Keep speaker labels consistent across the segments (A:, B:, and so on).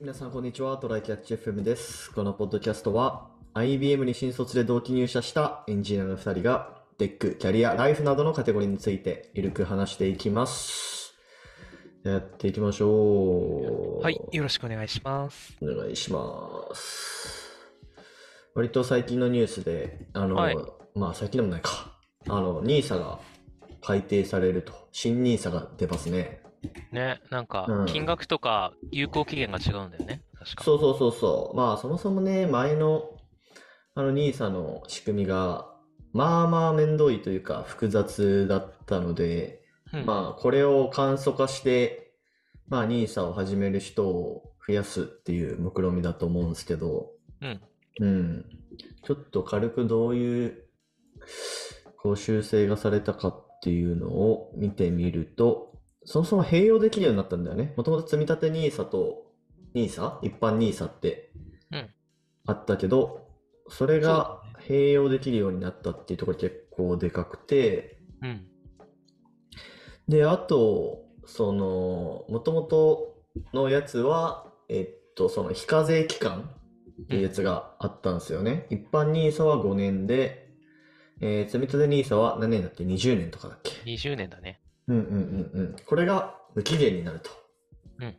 A: 皆さん、こんにちは。トライキャッチ FM です。このポッドキャストは、IBM に新卒で同期入社したエンジニアの2人が、テック、キャリア、ライフなどのカテゴリーについて、ゆるく話していきます。やっていきましょう。
B: はい、よろしくお願いします。
A: お願いします。割と最近のニュースで、あの、
B: はい
A: まあ最近でもないか。あの、NISA が改定されると。新 NISA が出ますね。
B: ね、なんか
A: うん、
B: 金額とか有効期限が違うんだよね、確か。
A: そうそうそうそう。まあそもそもね、前のあの NISA の仕組みが、まあまあ面倒いというか複雑だったので、
B: うん
A: まあこれを簡素化して、まあ NISA を始める人を増やすっていう目論見みだと思うんですけど、
B: うん。
A: うん。ちょっと軽くどういう、こう修正がされたかっていうのを見てみると、そもそも併用できるようになったんだよね。もともと積み立て NISA と NISA? 一般 NISA って
B: うん
A: あったけど、それが併用できるようになったっていうところ結構でかくて、
B: うん。
A: で、あと、その、もともとのやつは、えっと、その非課税期間っていうやつがあったんですよね。一般 NISA は5年で、えー、積み立て NISA は何年だっけ ?20 年とかだっけ
B: 20年だね。
A: うんうんうんうん。これが無期限になると。
B: うん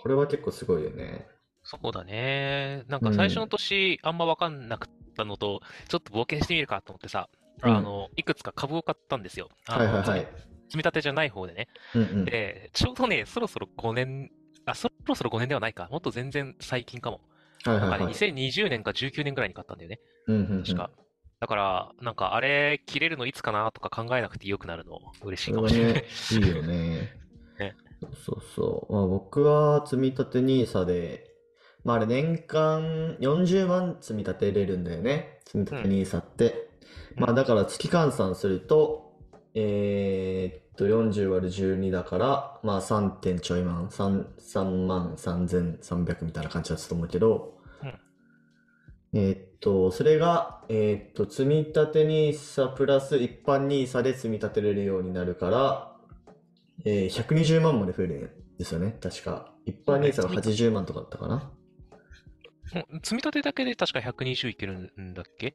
A: これは結構すごいよね。
B: そうだね。なんか最初の年、あんま分かんなかったのと、ちょっと冒険してみるかと思ってさ、
A: うん
B: あの、いくつか株を買ったんですよ。あ
A: はい
B: の
A: はいはい
B: 積。み積み立てじゃない方でね。
A: うんうん。
B: で、ちょうどね、そろそろ5年、あ、そろそろ5年ではないか。もっと全然最近かも。
A: はい
B: な
A: は
B: んか
A: い
B: ね
A: はい。
B: 2020年か19年ぐらいに買ったんだよね。
A: うんうんうん
B: 確か。だから、なんか、あれ、切れるのいつかなとか考えなくてよくなるの、嬉しい
A: それは
B: かもしれない
A: ね。、いいよね
B: ね。
A: そうそう。まあ、僕は積み立て NISA で、まあ、あれ年間40万積み立てれるんだよね。積み立て NISA って。
B: うん
A: まあだから月換算すると、えーっと40割る12だから、まあ3点ちょい万、3, 3万3300みたいな感じだったと思うけど、えーっと、それが、えーっと、積み立て NISA プラス一般 NISA で積み立てれるようになるから、えー、120万まで増えるんですよね、確か。一般 NISA が80万とかだったかな。
B: うん 積み立てだけで確か120いけるんだっけ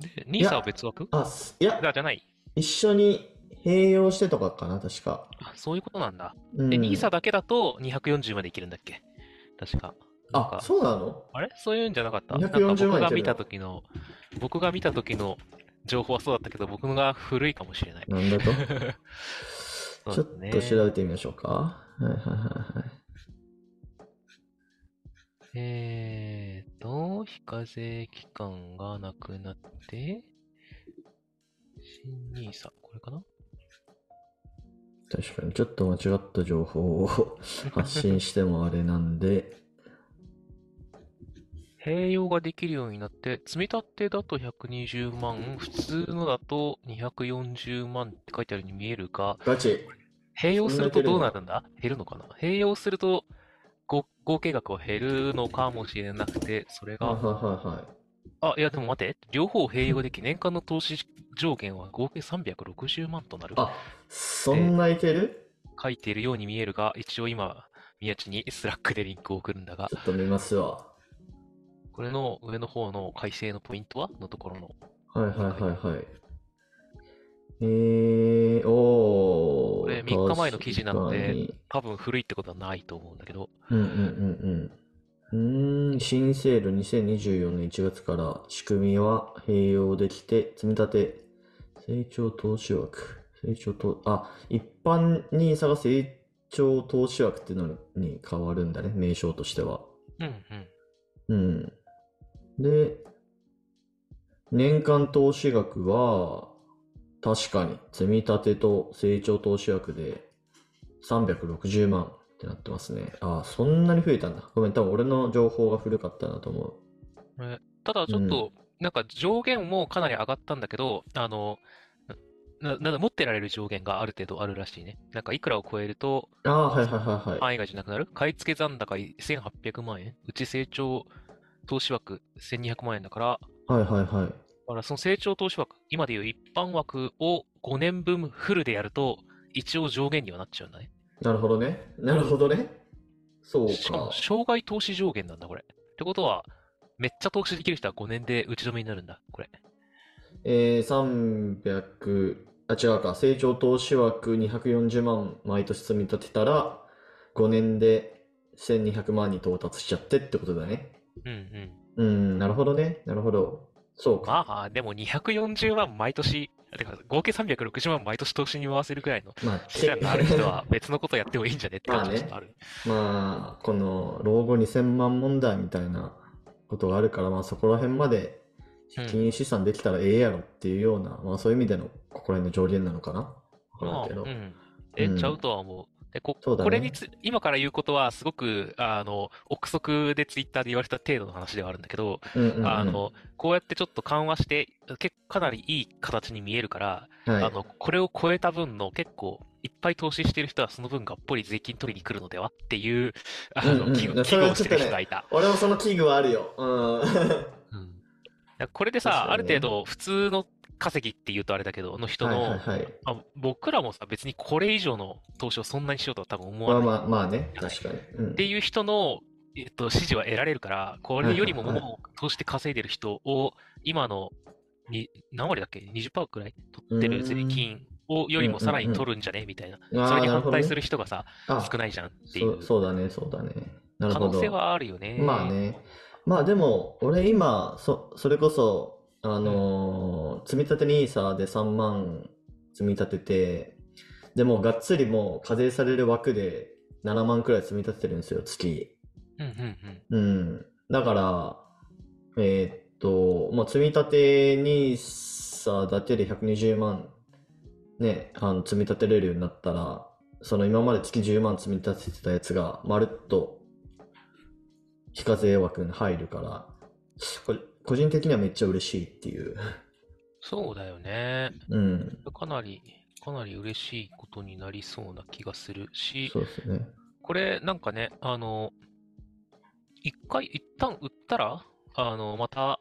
B: で、
A: いや
B: NISA は別枠
A: あ、すいや、
B: あじゃない。
A: 一緒に併用してとかかな、確か。
B: あ、そういうことなんだ。
A: うん
B: で、NISA だけだと240までいけるんだっけ確か。なん
A: あ
B: か、
A: そうなの
B: あれそういうんじゃなかったなんか
A: 240
B: 僕
A: までい
B: が
A: ける
B: 見
A: の
B: た時の、僕が見た時の情報はそうだったけど、僕のが古いかもしれない。
A: なん だとちょ
B: そう
A: っ
B: ですね
A: と調べてみましょうか。はいはいはいはい。
B: えーと、非課税期間がなくなって、新ニーサこれかな
A: 確かに、ちょっと間違った情報を 発信してもあれなんで、
B: 併用ができるようになって、積み立てだと120万、普通のだと240万って書いてあるように見えるが、
A: ガチ。
B: 併用する
A: そ
B: と
A: んな
B: ど
A: 減
B: うなるんだ減るのかな併用すると合、合計額は減るのかもしれなくて、そ
A: は
B: れ
A: い
B: が、
A: はいはいはい。
B: あ、いやでも待って、両方併用でき、年間の投資上限は合計360万となる。
A: あ、そんないける、
B: 書いているように見えるが、一応今、宮地にスラックでリンクを送るんだが
A: ち、ょっと見ますわ。
B: これの上の方の改正のポイントはのところの。
A: はいはいはいはい。えー、おー。
B: これ3日前の記事なので
A: 確かに
B: 多分古いってことはないと思うんだけど、
A: うんうんうんうん。うーん、新制度2024年1月から仕組みは併用できて、積み立て、成長投資枠、成長投、あ、一般 NISA が成長投資枠っていうのに変わるんだね、名称としては。
B: うんうん。
A: うん。で、年間投資額は、確かに、積み立てと成長投資額で360万ってなってますね。ああ、そんなに増えたんだ。ごめん、多分俺の情報が古かったなと思う。
B: ただちょっと、なんか上限もかなり上がったんだけど、あの、な、ななんだ持ってられる上限がある程度あるらしいね。なんかいくらを超えると
A: ああ、はいはいはいはい。
B: 範囲外じゃなくなる買い付け残高1800万円うち成長投資枠1200万円だから、
A: はいはいはい。
B: だからその成長投資枠、今でいう一般枠を5年分フルでやると、一応上限にはなっちゃうんだね。
A: なるほどね。なるほどね。そう
B: しかも
A: か。
B: 障害投資上限なんだ、これ。ってことは、めっちゃ投資できる人は5年で打ち止めになるんだ、これ。
A: えー、300、あ、違うか。成長投資枠240万毎年積み立てたら、5年で1200万に到達しちゃってってことだね。
B: うんう
A: う
B: ん。
A: ん、なるほどね。なるほど。そうか。
B: まあ、でも240万毎年、てか合計360万毎年投資に回せるくら いの
A: まあ、
B: 資産がある人は別のことやってもいいんじゃねって感じがちょっとある。
A: まあ、この老後2000万問題みたいなことがあるから、まあそこら辺まで金融資産できたらええやろっていうような、まあそういう意味でのここら辺の上限なのかなわから
B: ま
A: ん
B: あ、
A: け
B: う
A: ど。
B: ん。え、
A: うん
B: ちゃうとは思う。で、こ、
A: そうだね
B: これにつ、今から言うことは、すごく、あの、憶測でツイッターで言われた程度の話ではあるんだけど、
A: うんうんうん
B: あの、こうやってちょっと緩和して、結構かなりいい形に見えるから、
A: はい
B: あの、これを超えた分の結構、いっぱい投資してる人はその分がっぽり税金取りに来るのではっていう、あの、
A: うんうん
B: 危惧
A: それは
B: をして
A: ちょっとね
B: る人がいた。
A: 俺もその器具はあるよ。うん。
B: うんだからこれで
A: 確かに
B: さ、
A: ね
B: ある程度普通の稼ぎっていうとあれだけど、の人
A: はいはい
B: の、
A: はい。
B: まあ僕らもさ、別にこれ以上の投資をそんなにしようとは多分思
A: まあ
B: わない。
A: まあ、まあね、確かに。うん
B: っていう人の、えっと、指示は得られるから、これよりも
A: はいはい
B: もう投資で稼いでる人を、今のに何割だっけ ?20% くらい取ってる税金をよりもさらに取るんじゃねみたいな。
A: あー
B: それに
A: なる
B: 反
A: ほど
B: 対
A: ね
B: する人がさ、
A: あ
B: 少ないじゃんっていう
A: そうそうだね、そうだね。なる
B: 可
A: ほど。
B: 能性はあるよね。
A: まあね。まあでも、俺今、そ、それこそ、あのー積み立て NISA で3万積み立てて、でもうがっつりもう課税される枠で7万くらい積み立ててるんですよ、月。
B: うんうん
A: うん。だから、えーっと、まあ、積み立て NISA だけで120万、ね、あの、積み立てれるようになったら、その今まで月10万積み立ててたやつが、まるっと、非課税枠に入るから、これ、個人的にはめっちゃ嬉しいっていう。
B: そうだよね。
A: うん。
B: かなり、かなり嬉しいことになりそうな気がするし、
A: そうですね。
B: これなんかね、あの、一回、一旦売ったら、あの、また、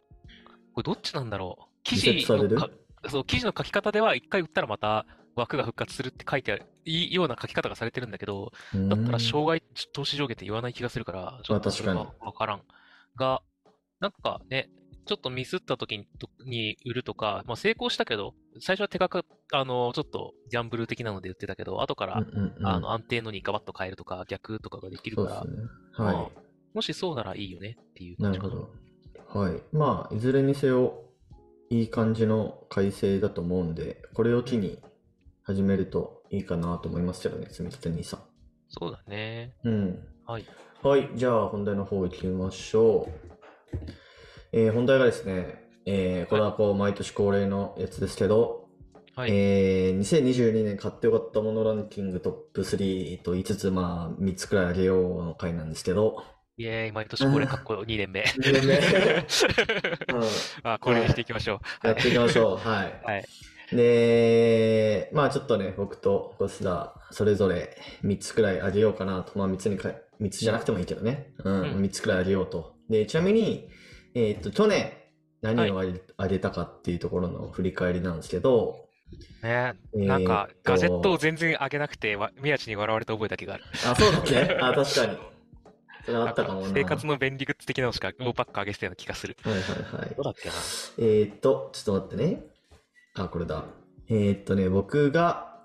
B: これどっちなんだろう。記
A: リセ
B: 事
A: ットされる
B: のかそう、記事の書き方では、一回売ったらまた枠が復活するって書いてある、いいような書き方がされてるんだけど、だったら障害投資上限って言わない気がするから、ちょっとそれ
A: まあ
B: はわからん。が、なんかね、ちょっとミスった時にとに売るとか、まあ、成功したけど、最初は手がか、あの、ちょっとギャンブル的なので売ってたけど、後から、
A: うんうんうん
B: あの、安定のにガバッと変えるとか、逆とかができる
A: そ
B: か
A: うで
B: ら、
A: すね。はい。
B: まあもしそうならいいよねっていう
A: な
B: 感
A: る
B: じか
A: ほ
B: な。
A: ど。はい。まあ、いずれにせよ、いい感じの改正だと思うんで、これを機に始めるといいかなと思いますけどね、積み立て NISA。
B: そうだね。
A: うん。
B: はい。
A: はい。じゃあ、本題の方行きましょう。えー本題がですね、えーこれはこう、毎年恒例のやつですけど、
B: はい。
A: えー2022年買ってよかったものランキングトップ3と言いつつ、まあ、3つくらいあげようの回なんですけど、
B: イエーイ、毎年これかっこいい、2年目。
A: 2年目うん
B: あ、これにしていきましょう。
A: やっていきましょう。はい。
B: はい。
A: で、まあちょっとね、僕とゴスダ、それぞれ3つくらいあげようかなと。まあ3つにか、3つじゃなくてもいいけどね。うん、
B: うん
A: 3つくらいあげようと。で、ちなみに、えーっと、去年、何をあげ,、あげたかっていうところの振り返りなんですけど、
B: ね
A: えー
B: なんか、
A: と
B: ガジェットを全然上げなくて、わ宮地に笑われた覚えだけがある。
A: あ、そうだっけあ、確かに。それあったかも
B: なん
A: な。
B: か生活の便利グッズ的なのしか、もうパック上げてたような気がする。
A: はいはいはい
B: どう。だっけな。
A: えーっと、ちょっと待ってね。あ、これだ。えーっとね、僕が、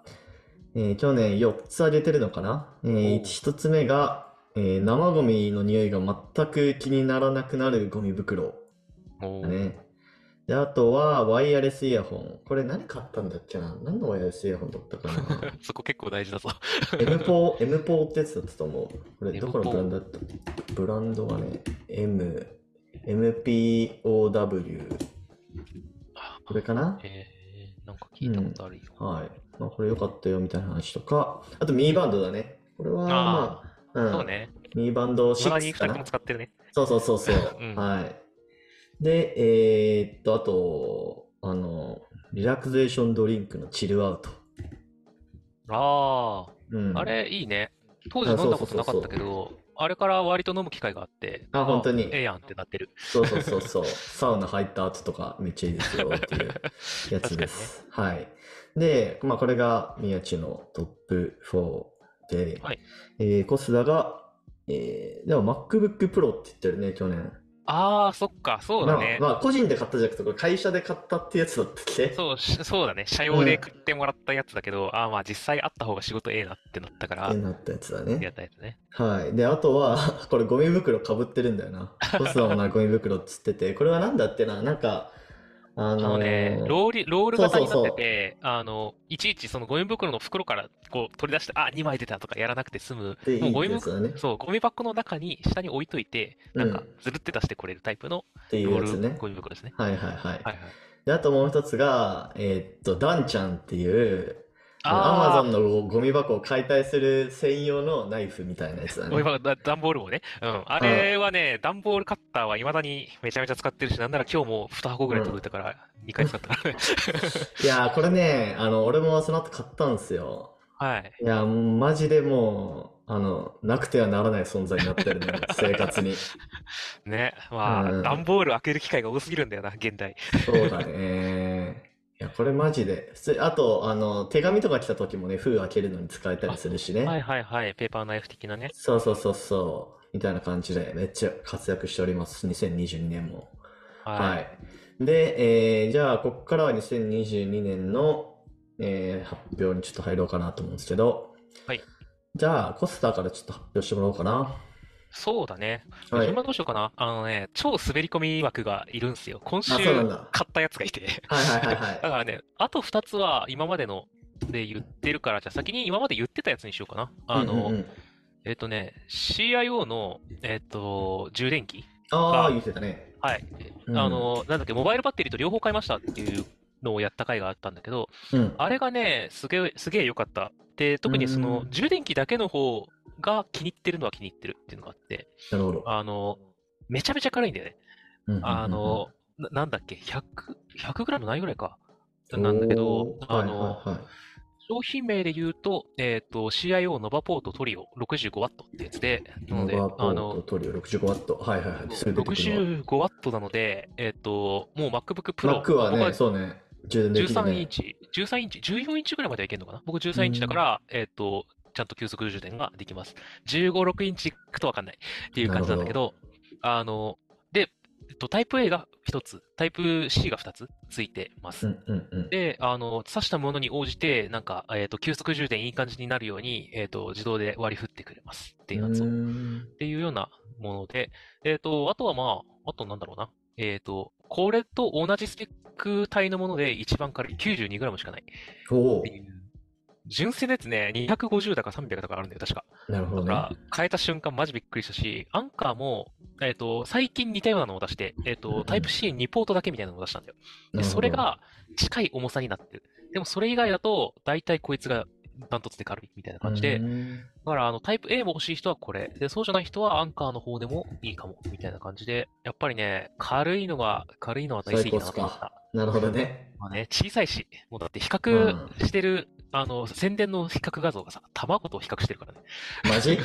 A: えー去年4つあげてるのかな。え
B: おう
A: ー、1つ目が、えー生ゴミの匂いが全く気にならなくなるゴミ袋
B: も
A: だ
B: う、
A: ね。で、あとは、ワイヤレスイヤホン。これ何買ったんだっけな何のワイヤレスイヤホンだったか な
B: そこ結構大事だぞ。
A: ?M4、M4 ってやつだったと思う。これ、どこの
B: M4
A: ブランドだったブランドはね、M、MPOW。これかな
B: えー、なんか聞いたことあるよ。
A: はい。まあ、これ良かったよみたいな話とか、あとミーバンドだね。これは、まあ、うん、
B: そうね。
A: ミーバンド
B: 未だに
A: 6か
B: 2人と
A: な
B: も。使ってるね。
A: そうそうそうそう。
B: うん
A: はい。で、えーっと、あと、あの、リラクゼーションドリンクのチルアウト。
B: あ
A: うん、
B: あ、あれいいね。当時飲んだことなかったけど、あれから割と飲む機会があって、
A: あ本当に
B: ええやんってなってる。
A: そうそうそうそう。 サウナ入った後とかめっちゃいいですよっていうやつ です。はい。で、まあこれが宮地のトップ4で、
B: はい
A: えーコスダが、ええーでも MacBook Pro って言ってるね、去年。
B: ああ、そっか、そうだね。
A: まあ、まあ、個人で買ったじゃなくて、これ会社で買ったってやつだったっけ
B: そう、しそうだね。社用で食ってもらったやつだけど、ああ、まあ実際あった方が仕事ええなってなったから
A: って、なったやつだ
B: や
A: ね
B: っ。たやつね。
A: はい。で、あとは、 これゴミ袋かぶってるんだよな。コスダもなゴミ袋っつってて、これはなんだってな、なんか、あの
B: あのね、ローリ、ロール
A: そう
B: 型
A: そう
B: にな
A: そう
B: ってて、あの、いちいちそのゴミ袋の袋からこう取り出して、あ、2枚出たとかやらなくて済む。
A: でい
B: もう
A: いって
B: ゴミ
A: やつだね。
B: そう、ゴミ箱の中に下に置いといて、なんか
A: うんっ
B: ずるって出してこれるタイプの
A: てい
B: ロー
A: うや
B: ル
A: つね。
B: ゴミ袋ですね。
A: はいはいはい。
B: はいはい。
A: で、あともう一つが、えーっと、ダンちゃんっていう、
B: あ
A: アマゾンのゴゴミ箱を解体する専用のナイフみたいなやつだ
B: ゴミ
A: ね。
B: 箱、だ段ボールもね。うん。あれはね、段ボールカッターはいまだにめちゃめちゃ使ってるし、なんなら今日も2箱ぐらい届いたから、2回 使った。
A: いやー、これね、あの、俺もその後買ったんですよ。
B: はい。
A: いやー、マジでもう、あの、なくてはならない存在になってる ね、生活に。
B: ね。ま
A: う
B: あ、
A: ん
B: 段ボール開ける機会が多すぎるんだよな、現代。
A: そうだね。いや、これマジで。普通にあと、あの、手紙とか来た時もね、封開けるのに使えたりするしね。
B: はいはいはい。ペーパーナイフ的なね。
A: そうそうそうそう。みたいな感じで、めっちゃ活躍しております。2022年も。
B: は。
A: はいい。で、えーじゃあ、ここからは2022年の、えー発表にちょっと入ろうかなと思うんですけど、
B: はい。
A: じゃあ、コスターからちょっと発表してもらおうかな。
B: そうだね。
A: はい。
B: 今どうしようかな。あのね、超滑り込み枠がいるんすよ。今
A: あ、
B: 週
A: そうなんだ。
B: 買ったやつがいて。
A: はいはいはい
B: だ
A: は
B: からね、あと2つは今までので言ってるから、じゃあ先に今まで言ってたやつにしようかな。
A: い。
B: あ
A: うんうん
B: の
A: う、ん
B: えっとね、CIO の、えっと、充電器。
A: あ
B: が
A: あ、言ってたね。
B: はい。
A: うん
B: あの、なんだっけ、モバイルバッテリーと両方買いましたっていうのをやった回があったんだけど、
A: うん。
B: あれがね、すげえ、すげえ良かった。で、特にその
A: う、ん
B: 充電器だけの方が気に入ってるのは気に入ってるっていうのがあって、
A: なるほど。
B: あの、めちゃめちゃ軽いんだよね。
A: うんうんうんうん
B: あの、ななんだっけ、100、100グラムないぐらいか。なんだけど
A: お、ー
B: あの、
A: はいはいはい
B: 商品名で言うと、えっ、と、CIO ノバポートトリオ 65W ってやつで、なので、
A: ノバポ
B: あ
A: ー
B: の
A: ト、トリオ65ワット。はいはいはい。すぐ出てくるわ。
B: 65W なので、えっ、と、もう MacBook Pro。
A: Mac は
B: 僕
A: ね、そうね、充電できる
B: 13イン
A: ね。
B: チ、13インチ、14インチぐらいまではいけるのかな僕13インチだから、えっ、と、ちゃんと急速充電ができます。15、6インチいくとわかんないっていう感じなんだけど、あの、で、えっと、タイプ A が1つ、タイプ C が2つついてます
A: う。んうんうん。
B: で、あの、刺したものに応じて、なんか、えっ、と、急速充電いい感じになるように、えっ、と、自動で割り振ってくれますっていうやつを
A: うーん
B: っていうようなもので、えっ、と、あとはまあ、あとなんだろうな。えっ、と、これと同じスペック帯のもので一番軽い 92g しかないっ
A: おお
B: て、いう。純正のやつね、250だか300だかあるんだよ、確か。
A: なるほど
B: だ
A: ね。
B: から、変えた瞬間マジびっくりしたし、アンカーも、えっ、と、最近似たようなのを出して、えっ、
A: うんう
B: と、
A: ん
B: タイプ C2 ポートだけみたいなのを出したんだよ。
A: なる
B: で、
A: ほど
B: それ、が近い重さになってる。でもそれ以外だと、だいたいこいつがダントツで軽いみたいな感じで、
A: うーん
B: だから、あの、タイプ A も欲しい人はこれ。で、そうじゃない人はアンカーの方でもいいかも、みたいな感じで。やっぱりね、軽いのが、軽いのは大好きだなと思っ
A: 最高
B: た。
A: なるほどね。
B: まあね、小さいし、もうだって比較してる、あの、宣伝の比較画像がさ、卵と比較してるからね。
A: マ ジ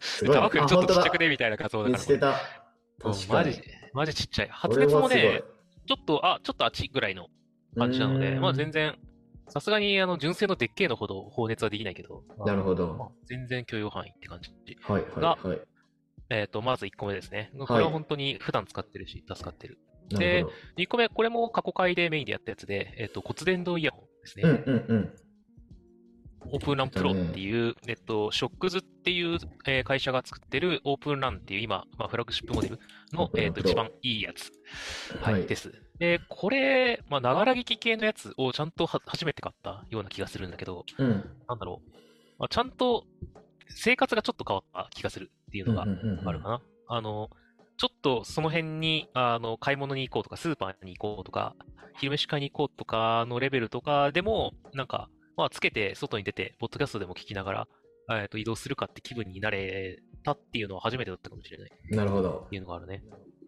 A: すごい。あ、
B: 卵よりちょっ
A: 本当
B: とちっ
A: だ
B: ちゃく。ね、みたいな画像だ
A: 見
B: か
A: つ
B: ら
A: けた。
B: もう。
A: 確
B: マ
A: か
B: ジ
A: に。、
B: マジちっちゃい。
A: こ
B: 発
A: れ
B: 熱
A: は
B: も
A: すごい
B: ね、ちょっと、あ、ちょっとあっちぐらいの感じなの
A: うー
B: で、
A: ん
B: まあ全然、さすがに、あの、純正のでっけえのほど放熱はできないけど、
A: なるほ
B: まあ
A: ど。
B: 全然許容範囲って感じ。
A: はいはいはい。
B: えっ、と、まず1個目ですね。これは本当に普段使ってるし、助かってる。
A: なるほど。
B: 2個目、これも過去回でメインでやったやつで、えっ、と、骨伝導イヤホンです
A: うん
B: ね。
A: うんうん。
B: オープンランプロっていう、えっ、と、ショックズっていう、えー会社が作ってるオープンランっていう今、まあ、フラッグシップモデルの、えっ、と、
A: Open LAN
B: 一番いいやつ。はい、
A: はい
B: です。で、これ、まあ、ながら聞き系のやつをちゃんとは初めて買ったような気がするんだけど、
A: うん。
B: なんだろう。まあ、ちゃんと生活がちょっと変わった気がするっていうのが
A: うんうんうん
B: あるかな。あの、ちょっとその辺に、あの、買い物に行こうとか、スーパーに行こうとか、昼飯買いに行こうとかのレベルとかでも、なんか、まあ、つけて外に出て、ポッドキャストでも聞きながら、えっと、移動するかって気分になれたっていうのは初めてだったかもしれないっ
A: なるほど
B: て。いうのがあるね。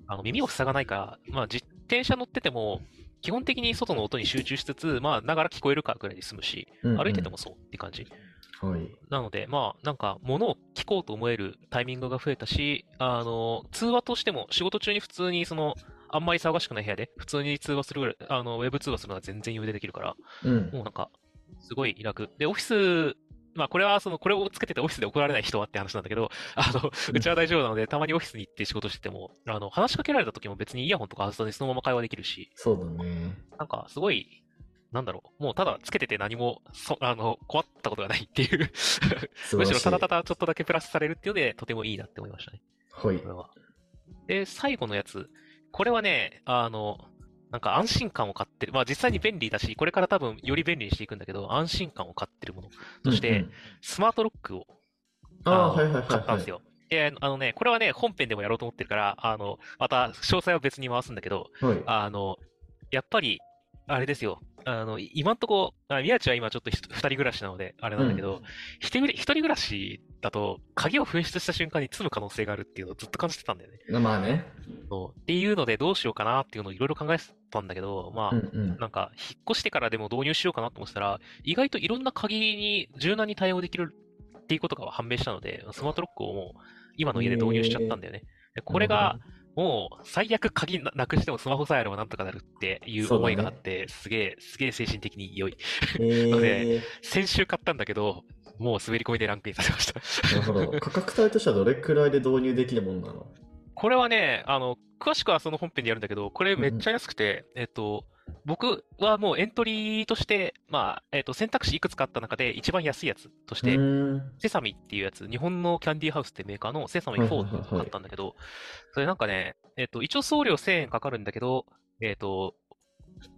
B: あの、耳を塞がないから、まあ、自転車乗ってても、基本的に外の音に集中しつつ、まあ、ながら聞こえるかぐらいで済むし、歩いててもそうって感じ。
A: うんうん。はい。
B: なので、まあ、なんか、ものを聞こうと思えるタイミングが増えたし、あの、通話としても、仕事中に普通に、その、あんまり騒がしくない部屋で、普通に通話するぐらい、あの、ウェブ通話するのは全然余裕でできるから、
A: うん。
B: もうなんか、すごい楽。で、オフィスまあこれはその、これをつけててオフィスで怒られない人はって話なんだけど、あの、うちは大丈夫なので、たまにオフィスに行って仕事してても、あの、話しかけられた時も別にイヤホンとか外さずにそのまま会話できるし、
A: そうだね。
B: なんかすごい、なんだろう、もうただつけてて何も、そ、あの、困ったことがないっていう、
A: 素晴
B: む
A: らしい
B: しろただただちょっとだけプラスされるっていうので、とてもいいなって思いましたね。
A: はい
B: こ。れは。で、最後のやつ。これはね、あの、なんか安心感を買ってる。まあ実際に便利だし、これから多分より便利にしていくんだけど、安心感を買ってるものとして、
A: うんうん、
B: スマートロックを
A: あ
B: あ
A: あ、
B: の
A: はいはいはい、
B: 買ったん
A: は
B: です
A: い。
B: よ。で、あのね、これはね、本編でもやろうと思ってるから、あの、また詳細は別に回すんだけど、
A: はい、
B: あの、やっぱり、あれですよ。あの、い今んとこ、あ宮地は今ちょっとひ二人暮らしなので、あれなんだけど、一人一人暮らしだと、鍵を紛失した瞬間に積む可能性があるっていうのをずっと感じてたんだよね。
A: まあね。
B: そうっていうので、どうしようかなっていうのをいろいろ考えてたんだけど、まあ、
A: うんうん。
B: なんか、引っ越してからでも導入しようかなと思ってたら、意外といろんな鍵に柔軟に対応できるっていうことが判明したので、スマートロックをもう今の家で導入しちゃったんだよね。でこれが、もう最悪鍵ななくしてもスマホさえあればなんとかなるっていう思いがあって、すげえ、すげえ精神的に良い。
A: えー、
B: ので先週買ったんだけど、もう滑り込みでランクインさせました。
A: なるほど。価格帯としてはどれくらいで導入できるもんなの
B: これはね、あの、詳しくはその本編でやるんだけど、これめっちゃ安くて、えっと、僕はもうエントリーとして、まあ、えっと、選択肢いくつかあった中で一番安いやつとし
A: う
B: て、
A: ーん
B: セサミっていうやつ、日本のキャンディーハウスってメーカーのセサミ
A: はい
B: 4
A: はいはい
B: っていうのを買ったんだけど、それなんかね、えっと、一応送料1000円かかるんだけど、えっと、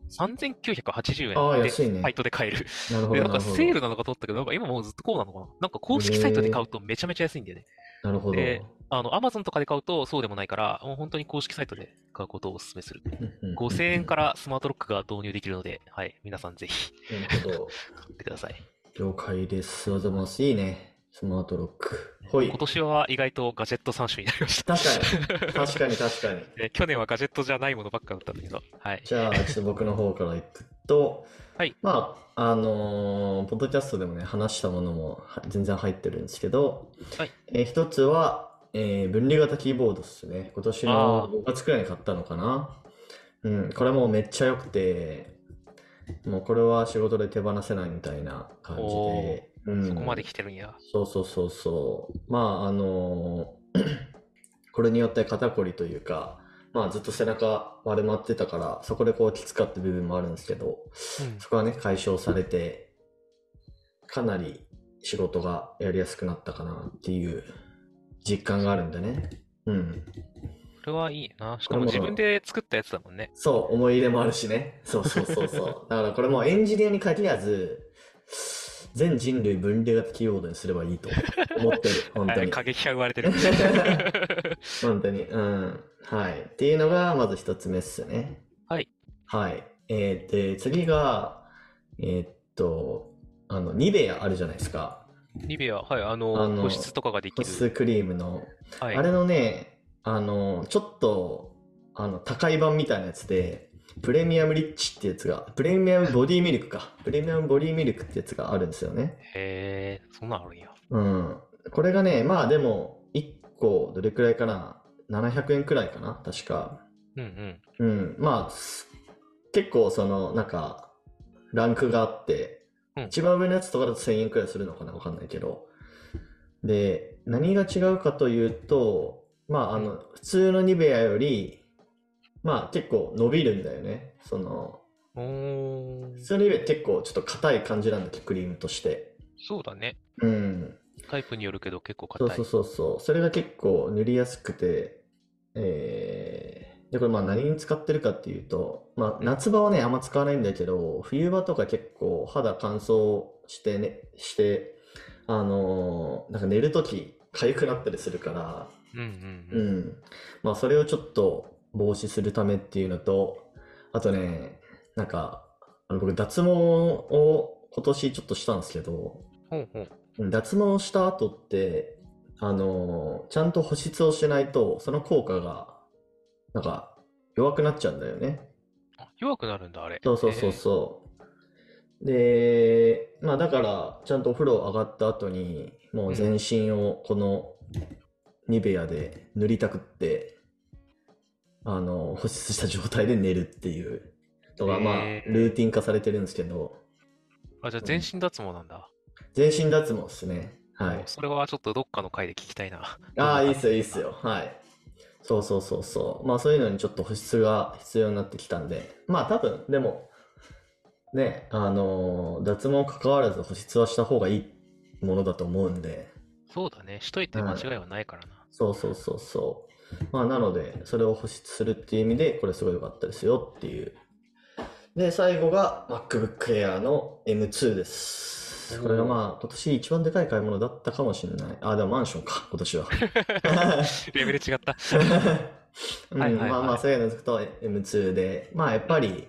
B: 3980
A: ああ、
B: 円で、
A: 安いね。
B: サイトで買える。
A: なるほ
B: で、
A: ど。
B: なん
A: なる
B: か
A: ほど
B: セールなのかと思ったけど、なんか今もうずっとこうなのかな。なんか公式サイトで買うとめちゃめちゃ安いんだよね。
A: なるほど。
B: であの、アマゾンとかで買うとそうでもないから、もう本当に公式サイトで買うことをお勧めする。
A: うんうん
B: 5000円からスマートロックが導入できるので、はい、皆さんぜひ
A: なるほど。
B: 買ってください。
A: 了解です。おはようございます。いいね。スマートロック。ほい。
B: 今年は意外とガジェット3種になり ました。
A: 確かに。確かに確かに。
B: ね去年はガジェットじゃないものばっかだったんだけど、はい。
A: じゃあ、ちょっと僕の方からいくと、
B: はい
A: まあ、あのーポッドキャストでもね、話したものもは全然入ってるんですけど、
B: はい
A: えー一つは、えー分離型キーボードですね。今年
B: あ
A: の5月くらいに買ったのかな。うん、これもうめっちゃ良くて、もうこれは仕事で手放せないみたいな感じ
B: お
A: で、うん、
B: そこまで来てるんや。
A: そうそうそうそう。まああの これによって肩こりというか、まあずっと背中丸まってたから、そこでこうきつかった部分もあるんですけど、
B: うん
A: そこはね、解消されて、かなり仕事がやりやすくなったかなっていう実感があるんでね。うん。
B: これはいいな。しかも自分で作ったやつだもんね。
A: そう、思い入れもあるしね。そうそうそうそう。だからこれもうエンジニアに限らず、全人類分離型キーボードにすればいいと思ってる、本当
B: はい、
A: に。
B: 過激派生まれてる。
A: 本当に。うん。はい。っていうのが、まず一つ目っすね。
B: はい。
A: はい。えー、で、次が、えーっと、あの、ニベアあるじゃないですか。
B: ニベア、はい、あ
A: あ
B: の、
A: の
B: 保湿とかがで
A: 保
B: きる。
A: 湿クリームの。
B: はい
A: あ。れのね、あの、ちょっと、あの、高い版みたいなやつで、プレミアムリッチってやつが、プレミアムボディミルクか。プレミアムボディミルクってやつがあるんですよね。
B: へえ、そんなんあるんや。
A: うん。これがね、まあでも、1個、どれくらいかな。700円くらいかな、確か。
B: うんうん。
A: うん、まあす結構そのなんかランクがあって、
B: うん
A: 一番上のやつとかだと1000円くらいするのかなわかんないけどで何が違うかというとまああの普通のニベアよりまあ結構伸びるんだよねその普
B: おー
A: 通のニベア結構ちょっと硬い感じなんだけどクリームとして
B: そうだね。
A: うん
B: タイプによるけど結構
A: そ
B: 硬
A: う
B: い。
A: そうそうそうそれが結構塗りやすくてえーでこれまあ何に使ってるかっていうと、まあ、夏場はねあんま使わないんだけど冬場とか結構肌乾燥してねしてあのーなんか寝るとき痒くなったりするから
B: うんうん
A: う
B: うん。
A: んまあそれをちょっと防止するためっていうのとあとねなんかあの僕脱毛を今年ちょっとしたんですけど
B: ほうほう。
A: 脱毛した後って、あのーちゃんと保湿をしないと、その効果が、なんか、弱くなっちゃうんだよね。
B: あ弱くなるんだ、あれ。
A: そうそうそうそう。で、まあだから、ちゃんとお風呂上がった後に、もう全身をこのニベアで塗りたくって、あの、保湿した状態で寝るっていうのが、まあ、
B: へー
A: ルーティン化されてるんですけど、
B: えーあ、じゃあ全身脱毛なんだ。
A: 全身脱毛ですね。はい。
B: それはちょっとどっかの回で聞きたいな。
A: ああ、いいっすよ、いいっすよ。はい。そうそうそうそう。まあそういうのにちょっと保湿が必要になってきたんで、まあ多分、でも、ね、あのー脱毛関わらず保湿はした方がいいものだと思うんで、
B: そうだね。しといて間違いはないからな。
A: そうそうそうそう。まあなので、それを保湿するっていう意味で、これすごい良かったですよっていう。で、最後が MacBook Air の M2 です。これがまあ今年一番でかい買い物だったかもしれない。あ、でもマンションか、今年は。
B: レベル違った。
A: うん
B: はいはいはい
A: まあまあそういうの除くと M2 でまあやっぱり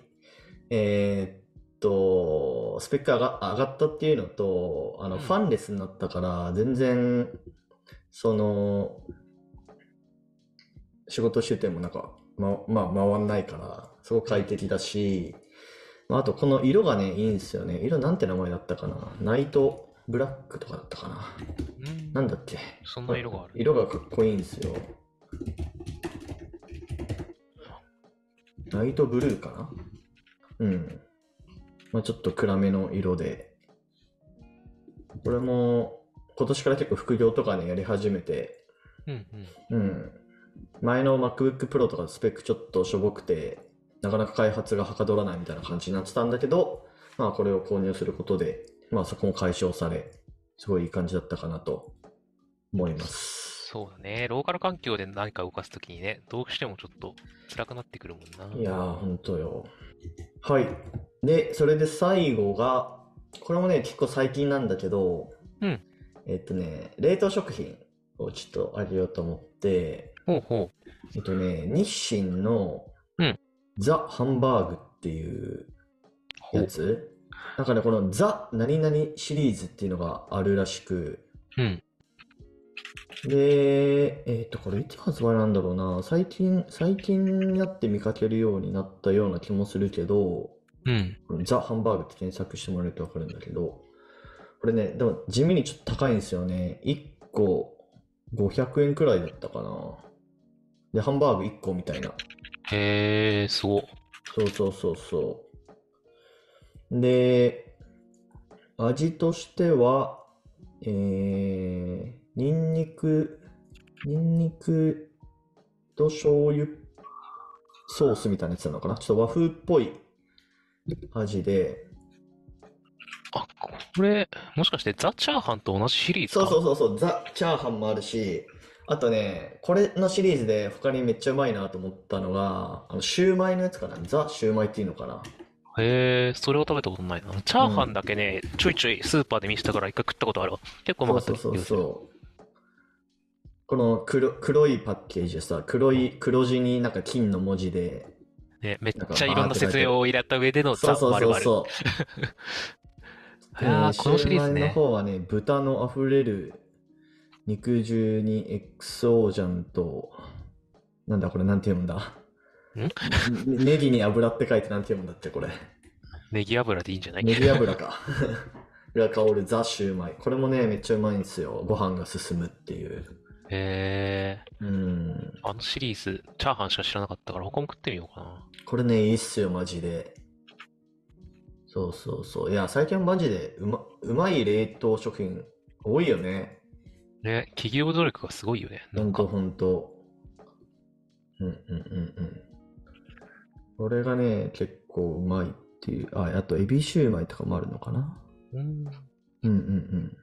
A: えーっとスペックが上が上がったっていうのとあの、
B: うん
A: ファンレスになったから全然その仕事しててもなんかままあ回んないからすごく快適だし、まあ、あとこの色がねいいんですよね色なんて名前だったかなナイトブラックとかだったかな
B: うん
A: なんだっけ
B: そんな色がある。
A: 色がかっこいいんですよ。ライトブルーかなうん。まあ、ちょっと暗めの色で。これも今年から結構副業とかね、やり始めて、
B: うんうん。
A: うん。前の MacBook Pro とかスペックちょっとしょぼくて、なかなか開発がはかどらないみたいな感じになってたんだけど、まあこれを購入することで、まあそこも解消され、すごいいい感じだったかなと思います。
B: そうだね。ローカル環境で何か動かすときにね、どうしてもちょっと辛くなってくるもん
A: い
B: な。
A: やー、ほんとよ。はい。で、それで最後が、これもね、結構最近なんだけど、
B: うん
A: えっとね、冷凍食品をちょっとあげようと思って、
B: ほうほ
A: えっとね、日清の
B: うん
A: ザ・ハンバーグっていう
B: う。
A: やつ、なんかね、このザ・何々シリーズっていうのがあるらしく、
B: うん。
A: で、えっ、と、これいつ発売なんだろうな。最近、最近になって見かけるようになったような気もするけど、
B: うん。
A: ザ・ハンバーグって検索してもらえるとわかるんだけど、これね、でも地味にちょっと高いんですよね。1個500円くらいだったかな。で、ハンバーグ1個みたいな。
B: へえ、すごっ。
A: そうそうそうそう。で、味としては、えー、ニンニク、ニンニクと醤油ソースみたいなやつなのかなちょっと和風っぽい味で、
B: あ、これ、もしかしてザ・チャーハンと同じシリーズ
A: そう
B: か
A: そうそうそう、ザ・チャーハンもあるし、あとね、これのシリーズで他にめっちゃうまいなと思ったのが、あのシューマイのやつかなザ・シューマイっていうのかな
B: へえ、それを食べたことないな。チャーハンだけね、ちょいちょいスーパーで見せたから一回食ったことあるわ。結構うまかった
A: そうそうそう
B: 気がする
A: そうこの黒黒いパッケージでさ黒い黒地になんか金の文字で
B: ね、めっちゃいろんな説明を入れた上での
A: そ
B: ザ・
A: うそう
B: 丸
A: そう
B: 々。
A: そう
B: いやーこのシリーズ
A: シュウマイの
B: ね。
A: 方はね豚のあふれる肉汁にエクソージャンとなんだこれなんて読むんだんネギに油って書いてなんて読むんだってこれ
B: ネギ油でいいんじゃない
A: ネギ油か 裏香るザ・シューマイこれもねめっちゃうまいんですよご飯が進むっていう
B: へえ、
A: うん
B: あのシリーズ、チャーハンしか知らなかったから他も食ってみようかな。
A: これね、いいっすよ、マジで。そうそうそう。いや、最近マジでうまうまい冷凍食品多いよね。
B: ね、企業努力がすごいよね。な
A: ほ
B: ん
A: ん
B: か
A: と、ほんと。うんうんうんうん。これがね、結構うまいっていう。あ、あと、エビシューマイとかもあるのかな。
B: うん、
A: うんうんうん。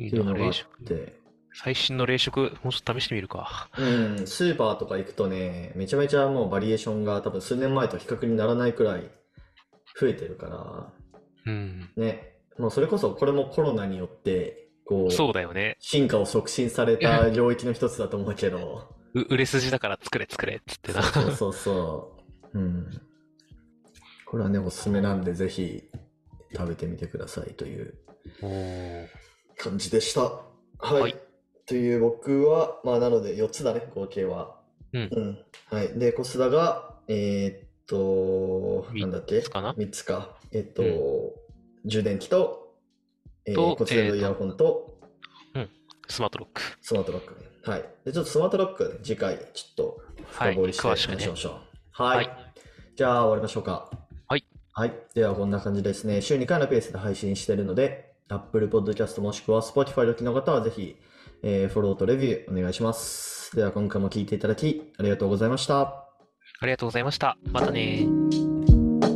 B: いい
A: っていう
B: な、
A: のがあ
B: 冷
A: っ
B: 食。
A: て。
B: 最新の冷食、もうちょっと試してみるか。
A: うん、スーパーとか行くとね、めちゃめちゃもうバリエーションが多分数年前と比較にならないくらい増えてるから、
B: うん。
A: ね、もうそれこそこれもコロナによってこう
B: そうだよね。
A: 進化を促進された領域の一つだと思うけど
B: う売れ筋だから作れ作れっつってな。
A: そうそうそう、うん、これはねおすすめなんでぜひ食べてみてくださいという
B: おー
A: 感じでしたはい、
B: はい
A: という僕はまあなので4つだね合計は
B: うん
A: はい、でコスダがえーっとなんだっけ
B: 三つかな
A: 3つかえーっと、充電器とえー
B: と
A: こちらのイヤホンと、
B: スマートロック。
A: スマートロックね。はい。で、ちょっとスマートロックはね、次回、ちょっと
B: は
A: 深
B: い、
A: 掘りして
B: 詳しく
A: 話し
B: ね
A: ま。しょう。はい、
B: はい
A: じゃあ、終わりましょうか。
B: はい。
A: はい。では、こんな感じですね。週2回のペースで配信してるので、 Apple Podcast もしくは Spotify でお聞きの方はぜひ、えーフォローとレビューお願いします。では今回も聞いていただきありがとうございました。
B: ありがとうございました。またねー。